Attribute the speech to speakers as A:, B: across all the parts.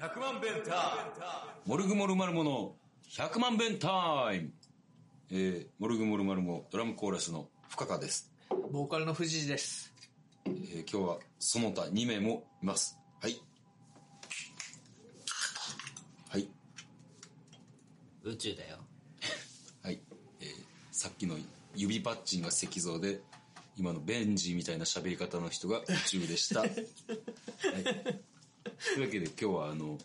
A: 100万弁タイムモルグモルマルモの100万弁タイムえー、モルグモルマルモドラムコーラスの深川です。
B: ボーカルの藤井です。
A: えー、今日はその他2名もいます。はい。はい。
C: 宇宙だよ。
A: はい。えー、さっきの指パッチンが石像で、今のベンジーみたいな喋り方の人が宇宙で した。はい。というわけで今日はあの、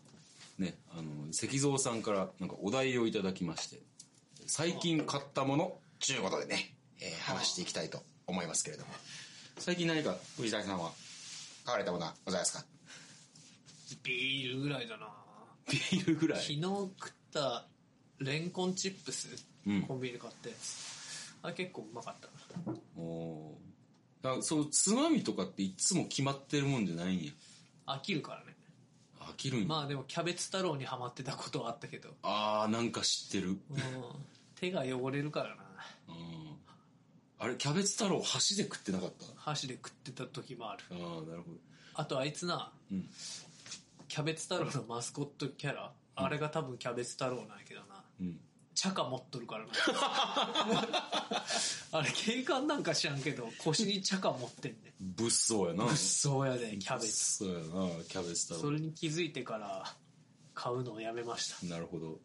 A: ね、あの、石像さんからなんかお題をいただきまして、最近買ったもの、ちゅうことでね、えー話していきたいと思いますけれども。最近何か藤谷さんは買われたものはございますか
B: ビールぐらいだな
A: ビールぐら
B: 昨
A: い。
B: 日食ったレンコンチップス、
A: うん
B: コンビニで買って。あれ結構うまかったな。
A: おーだからそのつまみとかっていつも決まってるもんじゃないんや。
B: 飽きるからね。
A: 飽きるんや。
B: まあでもキャベツ太郎にハマってたことはあったけど。
A: あー、なんか知ってる。
B: うん。手が汚れるからな。
A: うんあれ、キャベツ太郎箸で食ってなかった
B: 箸で食ってた時もある。
A: ああ、なるほど。
B: あとあいつな、
A: うん。
B: キャベツ太郎のマスコットキャラ、あれが多分キャベツ太郎なんやけどな。
A: うん。
B: 茶化持っとるからな。 あれ警官なんか知らんけど、腰に茶化持ってんねん。
A: 物騒やな。
B: 物騒やで、キャベツ。
A: そうやな、キャベツ
B: そ
A: 太郎。
B: れに気づいてから、買うのをやめました。
A: なるほど。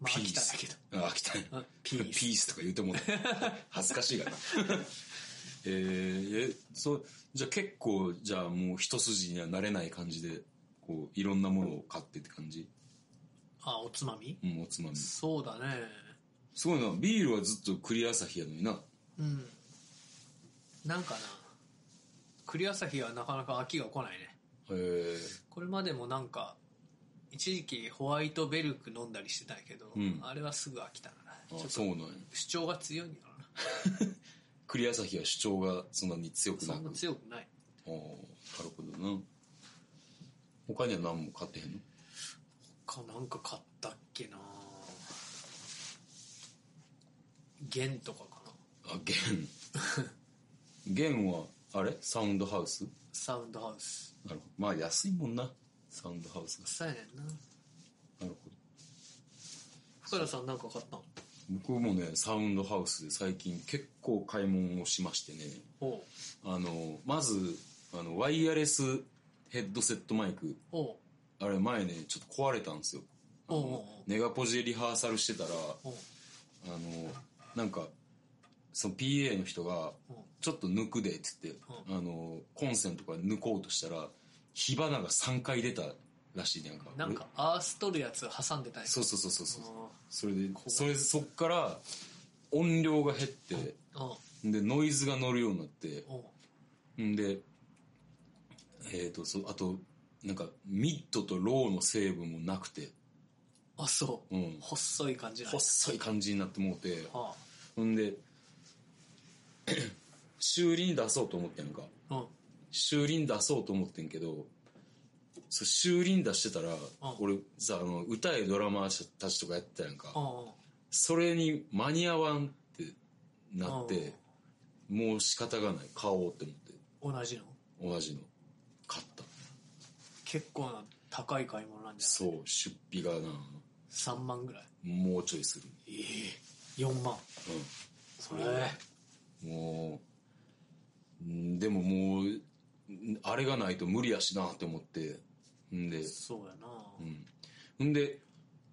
B: まあ、飽きたんだけど。
A: ど。あ、飽きたんや
B: あピース
A: ピースとか言うても うた恥ずかしいがな。えー、え、そう、じゃあ結構、じゃあもう一筋にはなれない感じで、こう、いろんなものを買ってって感じ
B: あ、おつまみ
A: うん、おつまみ。す
B: そうだね。
A: ごいな、ビールはずっとクリア朝日やのにな。
B: うん。なんかな、栗朝日はなかなか飽きが来ないね。
A: へー
B: これまでもなんか、一時期ホワイトベルク飲んだりしてたんやけど、
A: ん
B: あれはすぐ飽きたから。ちょっ
A: あ、
B: と
A: そうなんや。
B: 主張が強いんやろな。
A: クリア朝日は主張がそんなに強くな
B: そ
A: く
B: んな強くない。
A: ああ、なるほどな。他には何も買ってへんの
B: か、なんか買ったっけな弦とかかな
A: あ、ゲン。 ゲンは、あれサウンドハウス
B: サウンドハウス。
A: なるほど。まあ安いもんな。サウンドハウスが。
B: そうやねんな。
A: なるほど。
B: 深田さんなんか買ったん
A: 僕もね、サウンドハウスで最近結構買い物をしましてね。
B: おう
A: あの、まず、あの、ワイヤレスヘッドセットマイク。
B: おう
A: あれ前ね、ちょっと壊れたんですよ。あ
B: おうおうお
A: の
B: う
A: ネガポジでリハーサルしてたら、
B: おう
A: あの、なんか、その PA の人が
B: うん、
A: ちょっと抜くでって言って、
B: うん
A: あの、コンセントから抜こうとしたら、火花が3回出たらしいね、なんか。
B: なんかアース取るやつ挟んでたん
A: 俺
B: や
A: そうそうそうそうそう
B: あー。
A: それで、
B: い
A: それ、そっから、音量が減って、
B: うん
A: で、ノイズが乗るようになって、
B: おう
A: うんで、えっ、と、そう、あと、なんか、ミッドとローの成分もなくて、
B: あ、そう。
A: うん
B: 細い感じなんや
A: 細い感じになってもうて、
B: は
A: ほんで、 修理に出そうと思ってんのか。
B: あ、うん。
A: 修理に出そうと思ってんけど、そう修理に出してたら、俺さ、あの、歌えドラマーたちとかやってたやん
B: う
A: か。
B: んうん。
A: それに間に合わんってなって、もう仕方がない。買おうって思って、
B: 同じの
A: 同じの。買った。
B: 結構な高い買い物なんじゃない
A: そう、出費がな、
B: 3万ぐらい。
A: もうちょいする。
B: ええ4万。
A: うん。
B: それ。
A: もう、んでももう、んあれがないと無理やしなって思って、んで、
B: そうやな
A: うん。んで、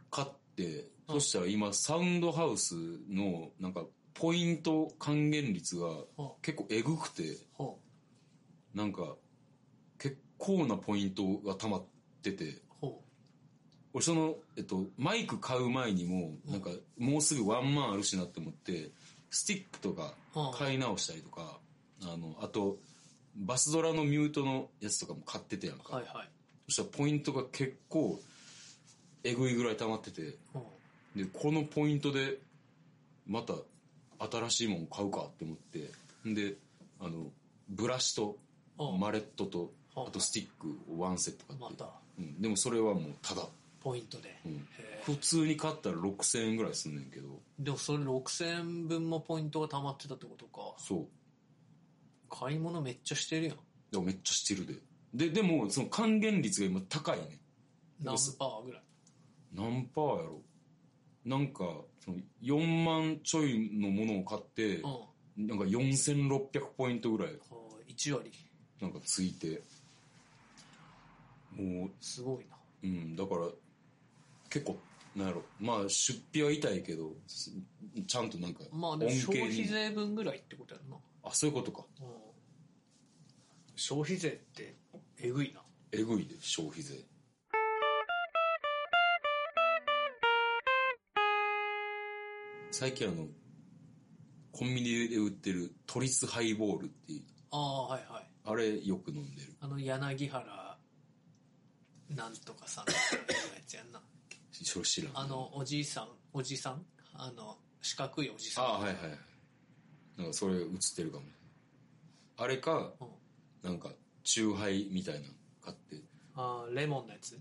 A: 買って、そしたら今、サウンドハウスの、なんか、ポイント還元率が
B: あ
A: 結構えぐくて、
B: ほ
A: なんか、結構なポイントが溜まってて、
B: う。ほう。
A: 俺その、えっと、マイク買う前にも、なんか、もうすぐワンマンあるしなって思って、スティックとか
B: うん
A: 買い直したりとか、あの、あと、バスドラのミュートのやつとかも買っててやんか。
B: はいはい。
A: そしたらポイントが結構、えぐいぐらい溜まってて、
B: うん。
A: で、このポイントで、また、新しいもん買うかって思って、で、あの、ブラシと、
B: うん
A: マレットと、
B: うん
A: あとスティックをワンセット買って。
B: また
A: うん、でもそれはもうただ。
B: ポイントで。
A: うん
B: へえ
A: 普通に買ったら6000円ぐらいすんねんけど、
B: でもそれ6000分もポイントが溜まってたってことか。
A: そう。
B: 買い物めっちゃしてるやん。
A: でもめっちゃしてるで。で、でも、その還元率が今高いね。
B: 何パーぐらい。
A: 何パーやろなんか、その4万ちょいのものを買って
B: うん、。
A: なんか4600ポイントぐらい、
B: あー1割。
A: なんかついて。もう、
B: すごいな。
A: うん、だから、結構、なんやろ、まあ出費は痛いけど、すちゃんとなんか、
B: まあでも
A: 恩
B: 消
A: 恵に
B: 費税分ぐらいってことやんな。
A: あ、そういうことか。
B: うん。消費税って、えぐいな。
A: えぐいで、消費税。最近あの、コンビニで売ってるトリスハイボールっていう、
B: ああ、はいはい。
A: あれよく飲んでる。
B: あの、柳原、なんとか さんみたいなやつやんな。
A: それ知らん。
B: あ、の、おじいさん、おじさんあの、四角いおじさん。
A: あはいはい。なんかそれ映ってるかも。あれか、
B: うん
A: なんか、チューハイみたいなの買って。
B: あーレモンのやつ。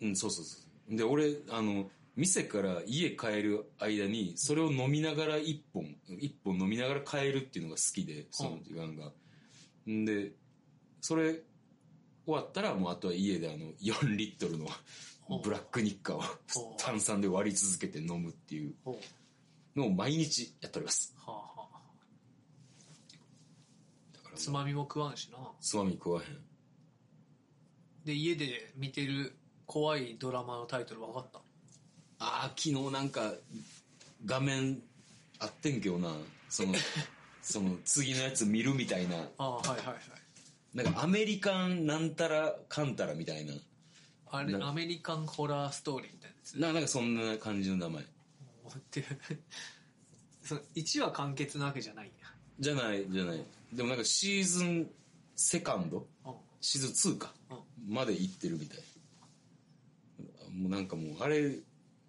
A: うん、そうそうそう。で、俺、あの、店から家帰る間に、それを飲みながら一本、一本飲みながら帰るっていうのが好きで、その時間が。んで、それ終わったら、もうあとは家であの、4リットルの
B: ほう
A: ブラックニッカーを
B: ほう
A: 炭酸で割り続けて飲むっていう
B: ほう
A: のを毎日やっております。
B: はあはあ。
A: だから、
B: つ
A: つま
B: まみも食わんしな。
A: み食わへん。
B: で、家で見てる怖いドラマのタイトル分かった。
A: ああ、昨日なんか、画面あってんけどな、そ の、その次のやつ見るみたいな。
B: ああー、はいはいはい。
A: なんかアメリカンなんたらかんたらみたいな。
B: あれ、
A: な
B: アメリカンホラーストーリーみたいなやつ。
A: ななんかそんな感じの名前。
B: って、その1話完結なわけじゃないんや。
A: じゃない、じゃない。でもなんかシーズンセカンド
B: うん。
A: シーズン2か。
B: う
A: まで行ってるみたい。もうなんかもうあれ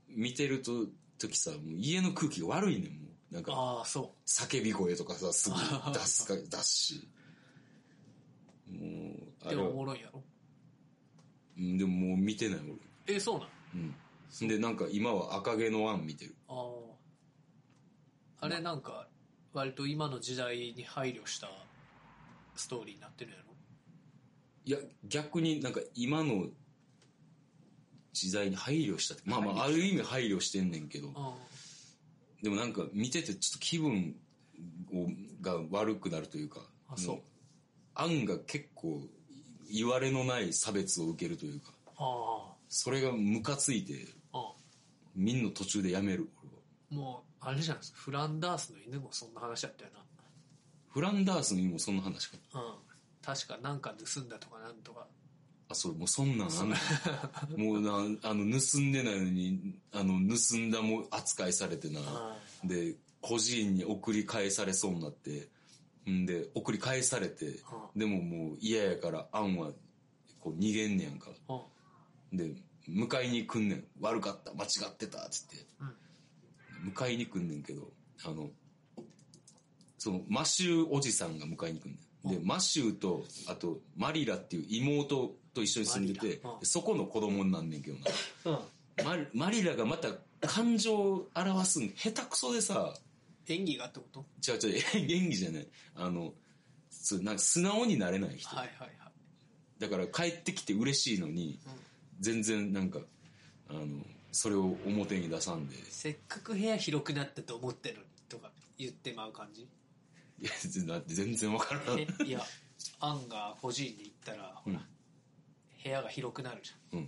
A: 見てると、時さ、もう家の空気が悪いねん、もう。なんか
B: ああ、そ
A: 叫び声とかさ、すぐ出すか、出すし。
B: う。
A: もう、あ
B: で
A: れ
B: も
A: は
B: おもろいんやろ。
A: うんでももう見てない俺。
B: え、そうなん
A: うん。で、なんか今は赤毛のアン見てる。
B: ああ。あれなんか、割と今の時代に配慮したストーリーになってるんやろ
A: いや、逆になんか今の時代に配慮したって。まあまあ、ある意味配慮してんねんけど。
B: あ
A: でもなんか見ててちょっと気分をが悪くなるというか。
B: あそう
A: アンが結構言われのない差別を受けるというか。
B: あ。あ
A: それがムカついて、
B: あ。あ
A: みんの途中でやめる。俺は
B: あ。もう、あれじゃないですか。フランダースの犬もそんな話だったよ
A: フランダースの意味もそんな話か。
B: な。うん。確かなんか盗んだとかなんとか。
A: あ、それもうそんなんあんのもうな、あの、盗んでないのに、あの、盗んだも扱いされてな。
B: あ
A: で、孤児院に送り返されそうになって、んで、送り返されて、
B: あ
A: でももう嫌やから、アンは、こう逃げんねやんか。
B: あ。
A: で、迎えに来んねん。悪かった、間違ってた、つって。迎えに来んねんけど、あの、その、マシューおじさんが迎えに来んねん。で、マシューと、あと、マリラっていう妹と一緒に住んでて
B: マリラうん、
A: でそこの子供になんねんけど
B: うん。
A: な。
B: うん。
A: マリマリラがまた感情を表すん下手くそでさ、
B: 演技がってこと
A: 違う違う、演演技じゃない。あの、そうなんか素直になれない人。
B: はいはいはい。
A: だから帰ってきて嬉しいのに、
B: うん
A: 全然なんか、あの、それを表に出さんで、
B: せっかく部屋広くなったと思ってるのにとか言ってまう感じ。
A: いや、だって全然わからん。
B: えいや、アンが個人で行ったら、ほら、
A: うん
B: 部屋が広くなるじゃん。
A: うん。い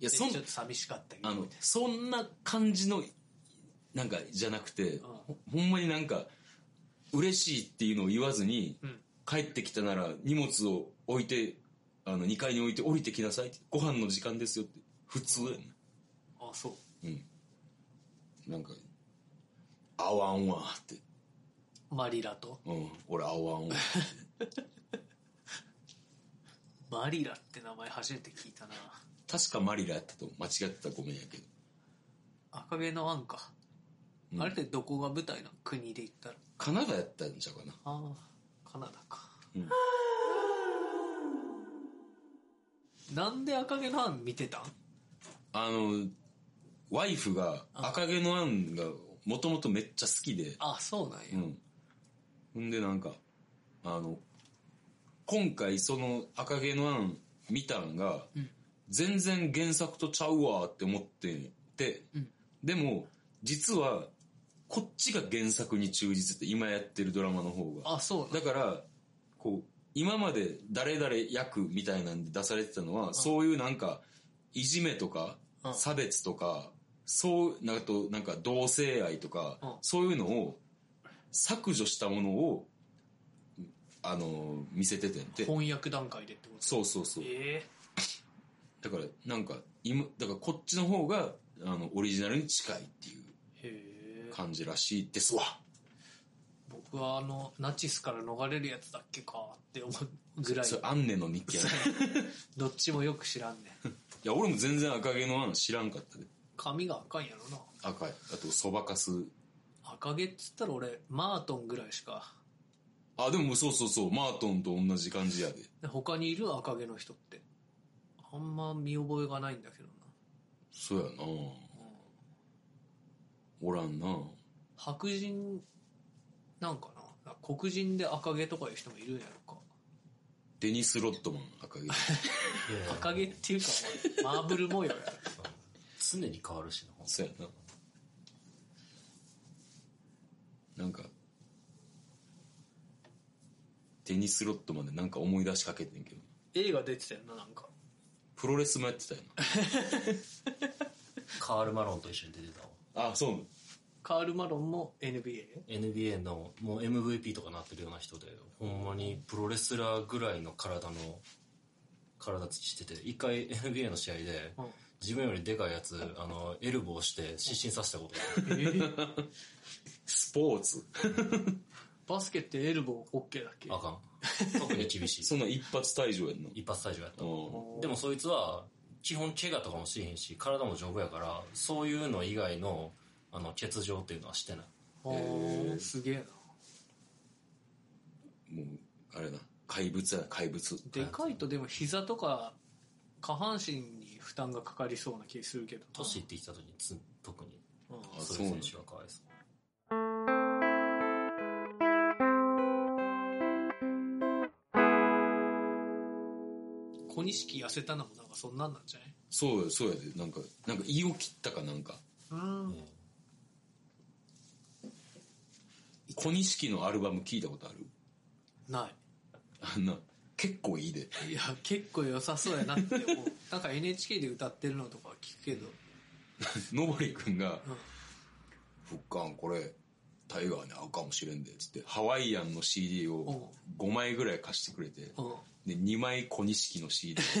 A: や、
B: で
A: そん
B: ちょ、っと寂しかったけど
A: あの、そんな感じの、なんか、じゃなくて、ほほんまになんか、嬉しいっていうのを言わずに、
B: うん
A: 帰ってきたなら荷物を置いて、あの、2階に置いて降りてきなさいって、ご飯の時間ですよって、普通やね
B: あそう
A: うん。なんか、合わんわって。
B: マリラと
A: うん、俺合わんわ。
B: マリラって名前初めて聞いたな
A: 確かマリラやったと思う間違ってたらごめんやけど。
B: 赤毛のアンか、
A: うん
B: あれってどこが舞台なの国で言ったら
A: カナダやったんちゃうかな。
B: ああカナダか、
A: うん
B: なんで赤毛のアン見てたん
A: あの、ワイフが、赤毛のアンが、もともとめっちゃ好きで、
B: あそうなんや、
A: うん。ほんでなんか、あの、今回その赤毛の案見たんが、
B: うん
A: 全然原作とちゃうわって思ってて、
B: うん
A: でも、実は、こっちが原作に忠実って今やってるドラマの方が。
B: あ、そうな
A: だから、こう、今まで誰々役みたいなんで出されてたのは、そういうなんか、いじめとか、
B: うん
A: 差別とか、そう、なんかと、なんか同性愛とか、
B: うん
A: そういうのを削除したものを、あの、見せててんて。
B: 翻訳段階でってこと
A: そうそうそう。
B: え
A: だから、なんか、今、だからこっちの方が、あの、オリジナルに近いっていう
B: えへえ
A: 感じらしいですわ。
B: 僕はあのナチスから逃れるやつだっけかって思うぐらい
A: それ、アンネの日記やね。
B: どっちもよく知らんねん
A: いや、俺も全然赤毛の案知らんかったで。
B: 髪が赤いんやろな
A: 赤い。あと、そばかす。
B: 赤毛っつったら俺マートンぐらいしか
A: あ、でもそうそうそう、マートンと同じ感じやで。
B: で他にいる赤毛の人ってあんま見覚えがないんだけどな、
A: そうやな
B: うん
A: おらんな
B: 白人なんかな黒人で赤毛とかいう人もいるんやろか
A: デニス・ロッドマン、赤毛。
B: 赤毛っていうかお前マーブル模様や
C: 常に変わるしな、ほんと
A: そうやな。なんか、デニス・ロッドマンでなんか思い出しかけてんけど、
B: 映画出てたよななんか
A: プロレスもやってたよ
C: カール・マロンと一緒に出てたわ。
A: な。あ、そう。
B: カール・マロンも NBA
C: NBA のもう MVP とかなってるような人で、ほんまにプロレスラーぐらいの体の、体してて、一回 NBA の試合で
B: うん、
C: 自分よりでかいやつ、あの、エルボーして失神させたことがある
A: スポーツ。
B: バスケってエルボー OK だっけ
C: あかん。特に厳し い。
A: そんなん一発退場やんな。
C: 一発退場やった
A: う。ん。
B: おー
C: でもそいつは、基本怪我とかもしへんし、体も丈夫やから、そういうの以外の、あの、欠場っていうのはしてない。
B: おーすげえな
A: もう、あれな。怪物やな、怪物。
B: でかいとでも膝とか下半身に負担がかかりそうな気するけどな
C: 年いってきた時につ、特に、
B: うん
A: あ
C: そ
A: そうう
C: い
A: な
C: うん
A: だ
C: 選手はかわいそう。
B: 小錦痩せたのもなんかそんなんなんじゃない
A: そうや、そうやで。なんか、なんか胃を切ったかなんか。
B: うん
C: ね
A: 小錦のアルバム聞いたことある
B: な
A: あんな、結構いいで。
B: いいや結構良さそうやなって思うなんか NHK で歌ってるのとか聞くけど
A: のぼりくんが
B: うん、
A: ふっかんこれ、タイガーに合うかもしれんで、つって、ハワイアンの CD を5枚ぐらい貸してくれて、
B: うん
A: で、2枚小錦の CD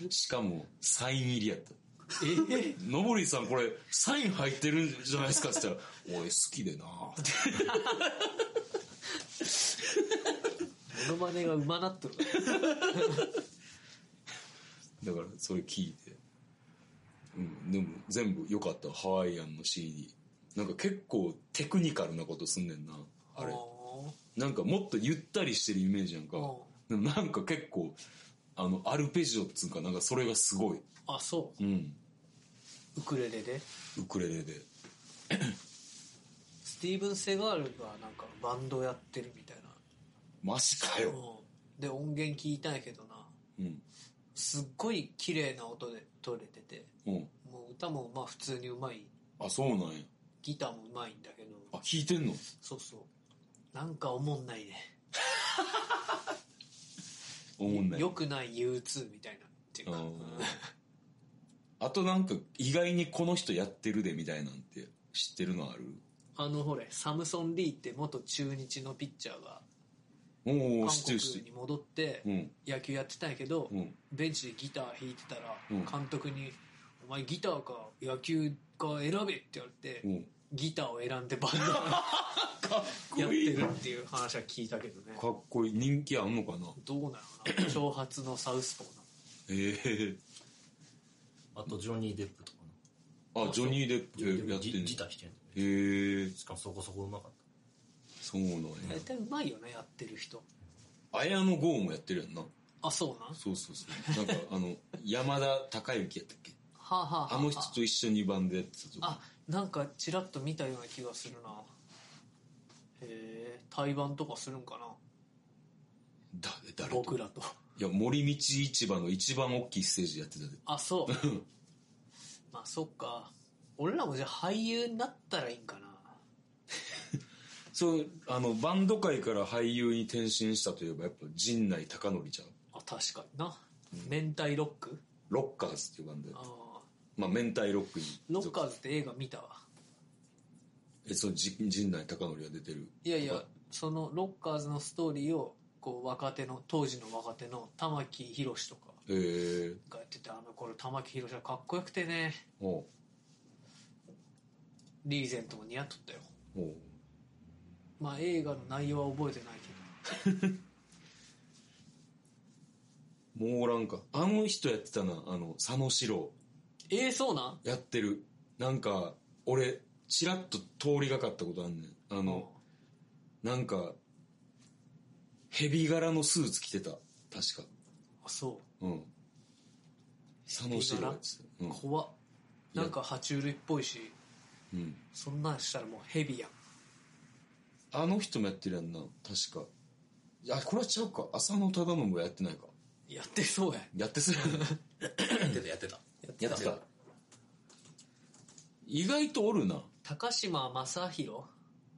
A: で、しかも、サイン入りやった。
B: ええ
A: のぼりさんこれ、サイン入ってるんじゃないですかって言ったら、俺好きでなぁって。
B: モノマネが馬なっとる
A: だから、それ聞いて。うん、でも、全部良かった、ハワイアンの CD。なんか結構テクニカルなことすんねんな、あれ。なんかもっとゆったりしてるイメージなんか、でもなんか結構、あの、アルペジオっつうか、なんかそれがすごい。
B: あそ
A: うん。
B: うウクレレで
A: ウクレレで。
B: スティーブン・セガールがなんかバンドやってるみたい
A: マジか
B: な、う
A: よ。
B: ん、で音源聞いたんやけどな
A: うん。
B: すっごい綺麗な音で撮れてて
A: うん。
B: もう歌もまあ普通にうまい
A: あ、そうなんや。
B: ギターもうまいんだけど
A: あ、弾いてんの
B: そうそうなんかおもんないね
A: 思んない。
B: 良くない U2 みたいなっていうか、
A: うんあとなんか、意外にこの人やってるで、みたいなんて、知ってるのある
B: あのほれサムソン・リーって元中日のピッチャーが
A: おー、知って
B: 韓
A: る知っ
B: 国に
A: て
B: 戻って
A: る。うん。
B: 野球やってたんやけど、
A: うん。
B: ベンチでギター弾いてたら
A: うん
B: 監督に「お前ギターか野球か選べ」って言われて
A: うん。
B: ギターを選んでバンドを やってるっていう話は聞いたけどね
A: かっこいい。人気あんのかな
B: どうなのかな挑発のサウスポーな
A: ええ
C: あと、ジョニー・デップとかな。
A: あ、ジョニー・デップ
C: ギ
A: やってんの
C: ギター弾けんの
A: ええ
C: しかもそこそこうまかっ
A: そうなんや
B: 大。体うまいよねやってる人
A: 綾野剛もやってるやんな。
B: あそうなんは
A: そうそうそう。なんか、あの、山田孝之やったっけ
B: あ、はあは
A: あの人と一緒にバンドやってたと
B: あ
A: か。
B: なんかちらっと見たような気がするなへえ対バンとかするんかな
A: だ誰と
B: 僕らと。
A: いや森道市場の一番大きいステージやってたで
B: あ、そう。まあ、そっか。俺らもじゃあ俳優になったらいいんかな。
A: そうあのバンド界から俳優に転身したといえばやっぱ陣内孝則ちゃん
B: あ、確かにな。明太ロック
A: ロッカーズっていうバンドで
B: ああ。
A: まあ明太ロックに
B: ロッカーズって映画見たわ。
A: えそうじ陣内孝則が出てる
B: いやいや、そのロッカーズのストーリーを、こう、若手の、当時の若手の玉木宏とか
A: えー、
B: がやってて、あの頃玉木宏はかっこよくてね、
A: も
B: リーゼントも似合っとったよ。
A: うもう
B: まあ映画の内容は覚えてないけど。
A: もうおらんかあの人やってたなあの佐野史郎
B: ええそうなん
A: やってるなんか俺チラッと通りがかったことあんねんあ
B: う
A: の、なんかヘビ柄のスーツ着てた確か
B: んあ、そう。
A: うん佐野史郎やつうん
B: 怖っ。なんか爬虫類っぽいし、
A: うん
B: そんなんしたらもうヘビやん。
A: あの人もやってるやんな確かいやこれはちゃうか浅野忠信はやってないか
B: やってそうやん。
A: やってそうやな
C: やってた、やってた。
A: やってた。意外とおるな。
B: 高島正宏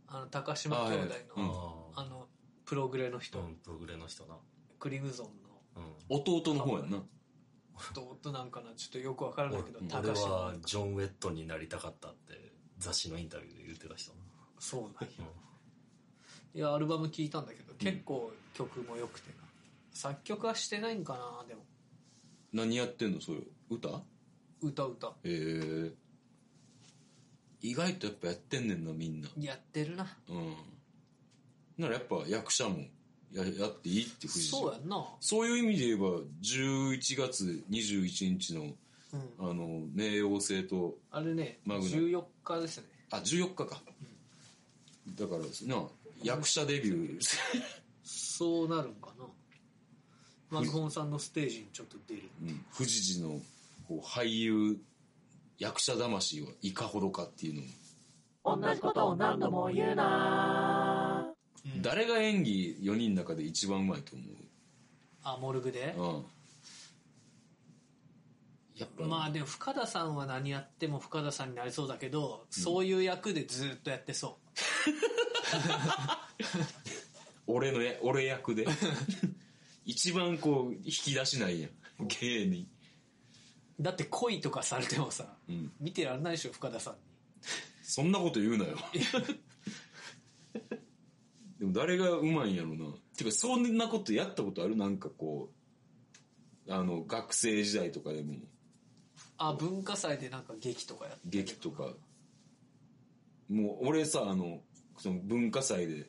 B: あの、高島兄弟
A: あはい
B: の、
C: あ
B: あの、プログレの人、
C: あ。うん、プログレの人な。
B: クリムゾン
C: うん。
A: 弟の方やんな。
B: の弟なんかな、ちょっとよくわからないけど、
C: 俺
B: 高島
C: は。ジョン・ウェットンになりたかったって雑誌のインタビューで言ってた人。
B: そうなんや。
C: うん
B: いや、アルバム聴いたんだけど、結構曲も良くてな。作曲はしてないんかな、でも。
A: 何やってんのそれ。歌へ
B: 歌歌。
A: え意外とやっぱやってんねんな、みんな。
B: やってるな。
A: うん。ならやっぱ役者もややっていいって藤井さん
B: そうやんな。
A: そういう意味で言えば、11月21日の、
B: うん。
A: あの、冥王星と、
B: あれね、
A: マグナ
B: 14日ですね。
A: あ、14日か。だからですな、役者デビュー。
B: そうなるんかな。マグホンさんのステージにちょっと出る。
A: うん、富士寺のこう俳優役者魂はいかほどかっていうのを、
D: 同じことを何度も言うな
A: 誰が演技4人の中で一番うまいと
B: あ、モルグで、
A: 思う、うん、やっぱ、
B: まあでも深田さんは何やっても深田さんになりそうだけど、そういう役でずっとやってそ
A: 俺 のや俺役で一番こう引き出しないやん芸人
B: う。だって恋とかされてもさ、
A: うん
B: 見てらんないでしょ、深田さんに。
A: そんなこと言うな よでも誰がうまいんやろなてかそんなことやったことあるなんかこうあの学生時代とかでも
B: あ、文化祭でなんか劇とかやって。
A: 劇とか。もう俺さ、あの、その文化祭で、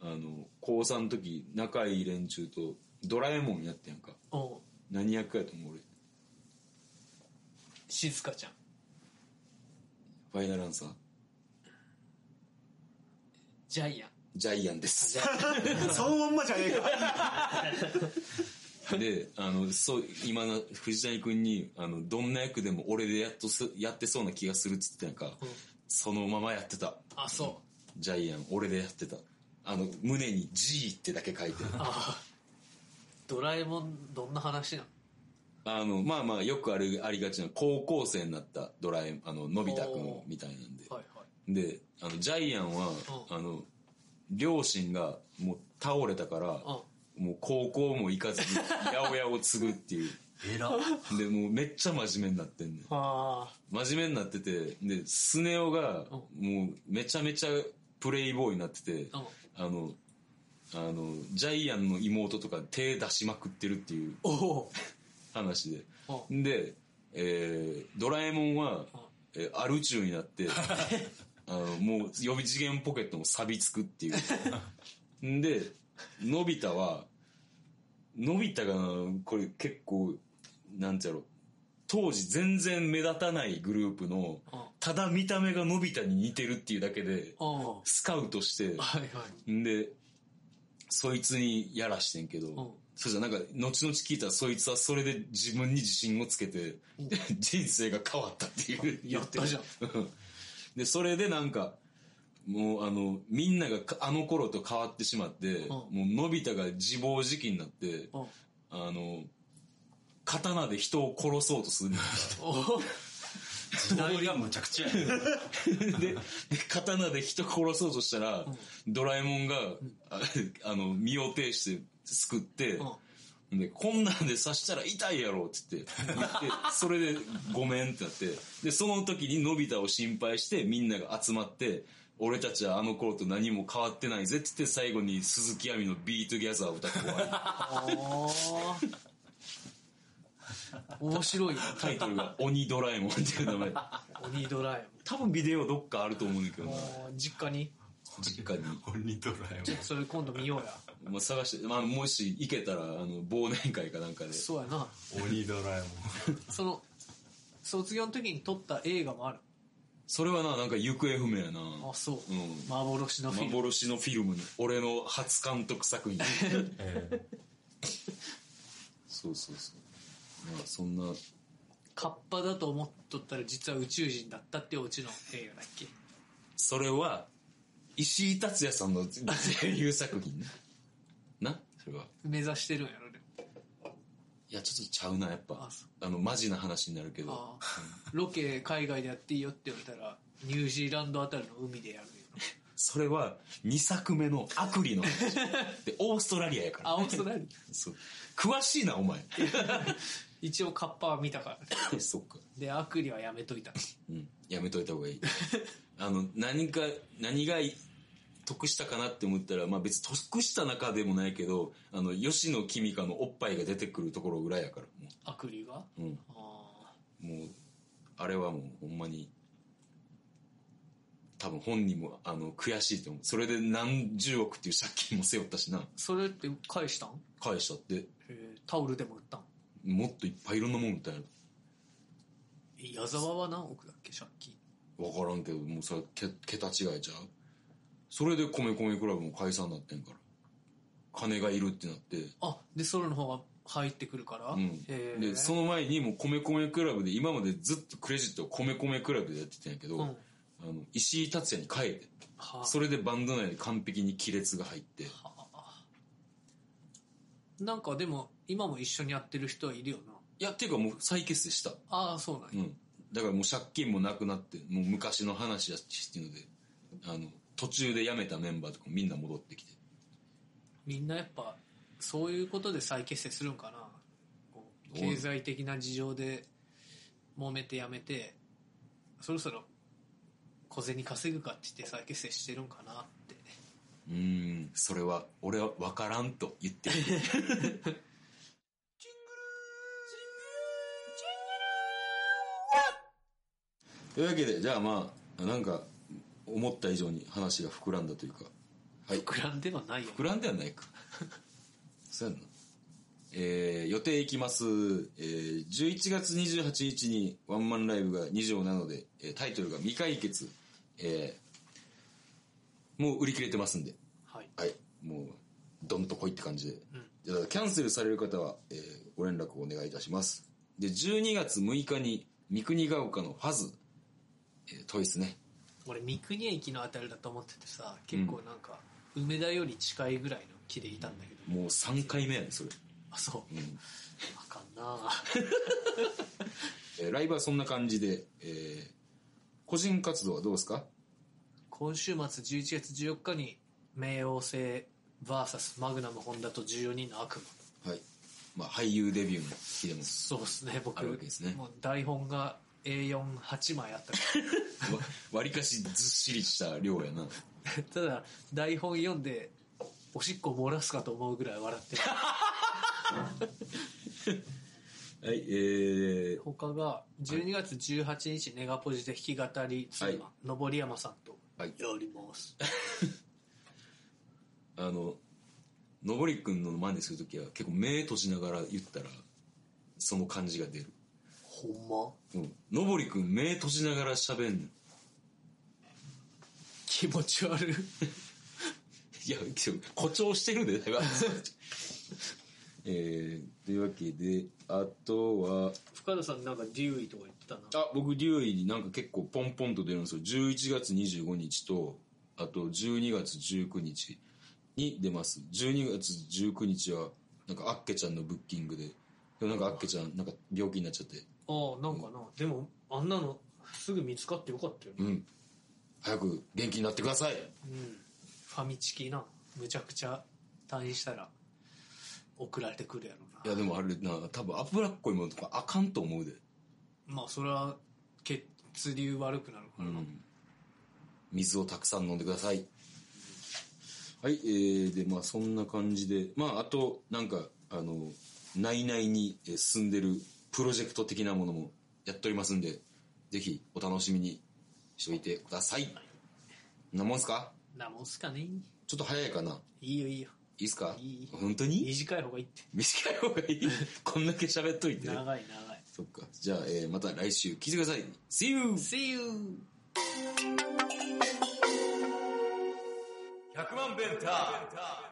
A: あの、高3の時、仲いい連中とドラえもんやってやんか。
B: うん。
A: 何役やと思う
B: 静香ちゃん。
A: 俺。ファイナルアンサー
B: ジャイアン。
A: ジャイアンで
B: あ
A: す
B: ジ。ャイアン
E: そのまんまじゃねえか。
A: で、あの、そう、今の藤谷君に、あの、どんな役でも俺でやっとす、やってそうな気がするって言ってたやんか。そのままやってた。
B: あ、そう。
A: ジャイアン、俺でやってた。あの、胸に G ってだけ書い てる。
B: あドラえもん、どんな話なの
A: あの、まあまあ、よくある、ありがちな、高校生になったドラえ、あの、のび太くん
B: おー
A: みたいなんで。
B: はいはい。
A: で、あの、ジャイアンは、
B: う
A: あの、両親がもう倒れたから、もう高校も行かずに、八百屋を継ぐっていう。
C: え ら。
A: で、もうめっちゃ真面目になってんねん
B: ああ。
A: 真面目になってて、で、スネ夫が、もうめちゃめちゃプレイボーイになってて、
B: うん
A: あの、あの、ジャイアンの妹とか手出しまくってるっていう
B: おお。
A: 話で。
B: う
A: で、えードラえもんは、えーアル中になって、あの、もう、予備次元ポケットも錆びつくっていう。んで、のび太は、のび太がな、これ結構、なんてやろう、当時全然目立たないグループの
B: うん、
A: ただ見た目がのび太に似てるっていうだけで、
B: うん。
A: スカウトして、
B: はいはい。
A: んで、そいつにやらしてんけど、
B: ん
A: そしたらなんか、後々聞いたらそいつはそれで自分に自信をつけて、 人生が変わったっていう言ってる
B: やったじゃん
A: うんで、それでなんか、もうあの、みんながかあの頃と変わってしまって、
B: ん
A: もうのび太が自暴自棄になって、
B: うん
A: あの、刀で人を殺そうとする。
B: お
C: 時代がむちゃくちゃやね
A: で、で刀で人殺そうとしたら、ドラえもんが、あ あの、身を挺して、救って、で、こんなんで刺したら痛いやろって言って、言 ってそれでごめんってなって、で、その時にのび太を心配してみんなが集まって、俺たちはあの頃と何も変わってないぜって言って最後に鈴木亜美のビートギャザーを歌って終わり。
B: おー面白いよ
A: タイトル が鬼ドラえもんっていう名前。
B: 鬼ドラえ
A: 多分ビデオどっかあると思うんだけど
B: もん
A: な、
B: もう実家に
A: 実家に。
C: 鬼ドラえもん
B: ちょっとそれ今度見ようや
A: まあ、探して、まあ、もし行けたら、あの、忘年会かなんかで。
B: そうやな
C: 鬼ドラえもん。
B: その卒業の時に撮った映画もある
A: それはな、なんか行方不明やな。
B: あそう、
A: うん
B: 幻のフィルム
A: 幻のフィルムに、俺の初監督作品。
C: ええ
A: そうそうそう。まあ、そんな、
B: カッパだと思っとったら実は宇宙人だったっていうオチの映画だっけ
A: それは、石井達也さんの声優作品ね。なそれは。
B: 目指してるんやろでも
A: いや、ちょっとちゃうな、やっぱ
B: あそ。
A: あの、マジな話になるけど。
B: ああロケ海外でやっていいよって言われたらニュージーランドあたりの海でや るよ
A: それは2作目のアクリの話。で、オーストラリアやから。
B: あオーストラリ
A: そう詳しいな、お前。
B: ア 一応カッパは見たから
A: そっか。
B: でアクリはやめといた
A: うん。やめといた方がいい。あの、何か、何が得したかなって思ったら、まあ別に得した中でもないけど、あの、吉野君香のおっぱいが出てくるところぐらいやから、も
B: アクリが
A: う。うん。
B: あ
A: もう、あれはもうほんまに、多分本人も、あの、悔しいと思う。それで何十億っていう借金も背負ったしな。
B: ーそれって返したん
A: 返したって、
B: えータオルでも売ったん
A: もっといっぱいいろんなもんみたいな。
B: 矢沢は何億だっけ借金
A: わからんけど、もうそれ、け、桁違いちゃうそれで米米クラブも解散になってんから。金がいるってなって。
B: あでソロの方が入ってくるから、
A: うん。
B: へ
A: で、そ
B: の
A: の前にもう米米クラブで、今までずっとクレジットを米米クラブでやってたんやけど、
B: うん
A: あの、石井達也に変えて、
B: は
A: それでバンド内で完璧に亀裂が入って、
B: なんかでも今も一緒にやってる人はいるよない
A: や、っていうかもう再結成した。
B: ああそうなんや、
A: うん。だからもう借金もなくなって、もう昔の話やしっていうので、あの、途中で辞めたメンバーとかもみんな戻ってきて。
B: みんなやっぱそういうことで再結成するんかなこう経済的な事情で揉めてやめてそろそろ小銭稼ぐかって言って再結成してるんかなって
A: うーん、それは、俺は分からんと言ってる。というわけで、じゃあまあ、なんか、思った以上に話が膨らんだというか、はい。
B: 膨らんではないよ
A: 膨らんではないか。そうやんな。えー、予定いきます。えー、11月28日にワンマンライブが2条なので、えータイトルが未解決。えー、もう売り切れてますんで。
B: はい
A: はい。もう、どんと来いって感じで。
B: うん
A: だからキャンセルされる方は、えーご連絡をお願いいたします。で、12月6日に、三国ヶ丘のファズ、えー、トイスね。
B: 俺三国駅のあたりだと思っててさ結構なんか梅田より近いぐらいの木でいたんだけど、
A: もう3回目やね、それ。
B: あそう、
A: うん
B: あかんな
A: えーライブはそんな感じで、えー個人活動はどうですか
B: 今週末11月14日に冥王星 VS マグナムホンダと14人の悪魔
A: はい。まあ、俳優デビューの日でも、
B: そうですね僕
A: あるわけですね
B: もう台本が A48 枚あったか
A: わ割かしずっしりした量やな。
B: らただ台本読んでおしっこ漏らすかと思うぐらい笑って る
A: はい、えー、
B: 他が12月18日ネガポジで弾き語りツーマン登山さんと
A: は
B: や
A: い
B: ります、
A: あの、のぼりくんの真似するときは結構目閉じながら言ったら、その感じが出る。
B: ほんま
A: うん。のぼりくん目閉じながら喋んねん。
B: 気持ち悪い
A: いや、けど誇張してるで、 だいぶえー、というわけで、あとは、
B: 深田さんなんかデューイとか言ってたな
A: あ、僕、竜医になんか結構ポンポンと出るんですよ。11月25日と、ああと12月19日に出ます12月19日はなんかあっけちゃんのブッキングででもなんかあっけちゃんなんか病気になっちゃって
B: ああなんかな、でもあんなのすぐ見つかってよかったよね、
A: うん早く元気になってください
B: うんファミチキなむちゃくちゃ退院したら送られてくるやろ
A: いう
B: な
A: やでもあれな多分脂っこいものとかあかんと思うで、
B: まあそれは血流悪くなるからな、
A: 水をたくさん飲んでくださいはいえー、でまあそんな感じでまああとなんかあの内々にえー進んでるプロジェクト的なものもやっておりますんでぜひお楽しみにしておいてくださいなもんすか
B: なもんすかね
A: ちょっと早いかない
B: いよいいよ
A: いいっすか
B: いい
A: 本当に
B: 短い方がいいって
A: 短い方がいい こんだけ喋っといて
B: 長い長い
A: そっかじゃあ、えーまた来週聞いてください See you!
B: See you!
A: 100万ベンター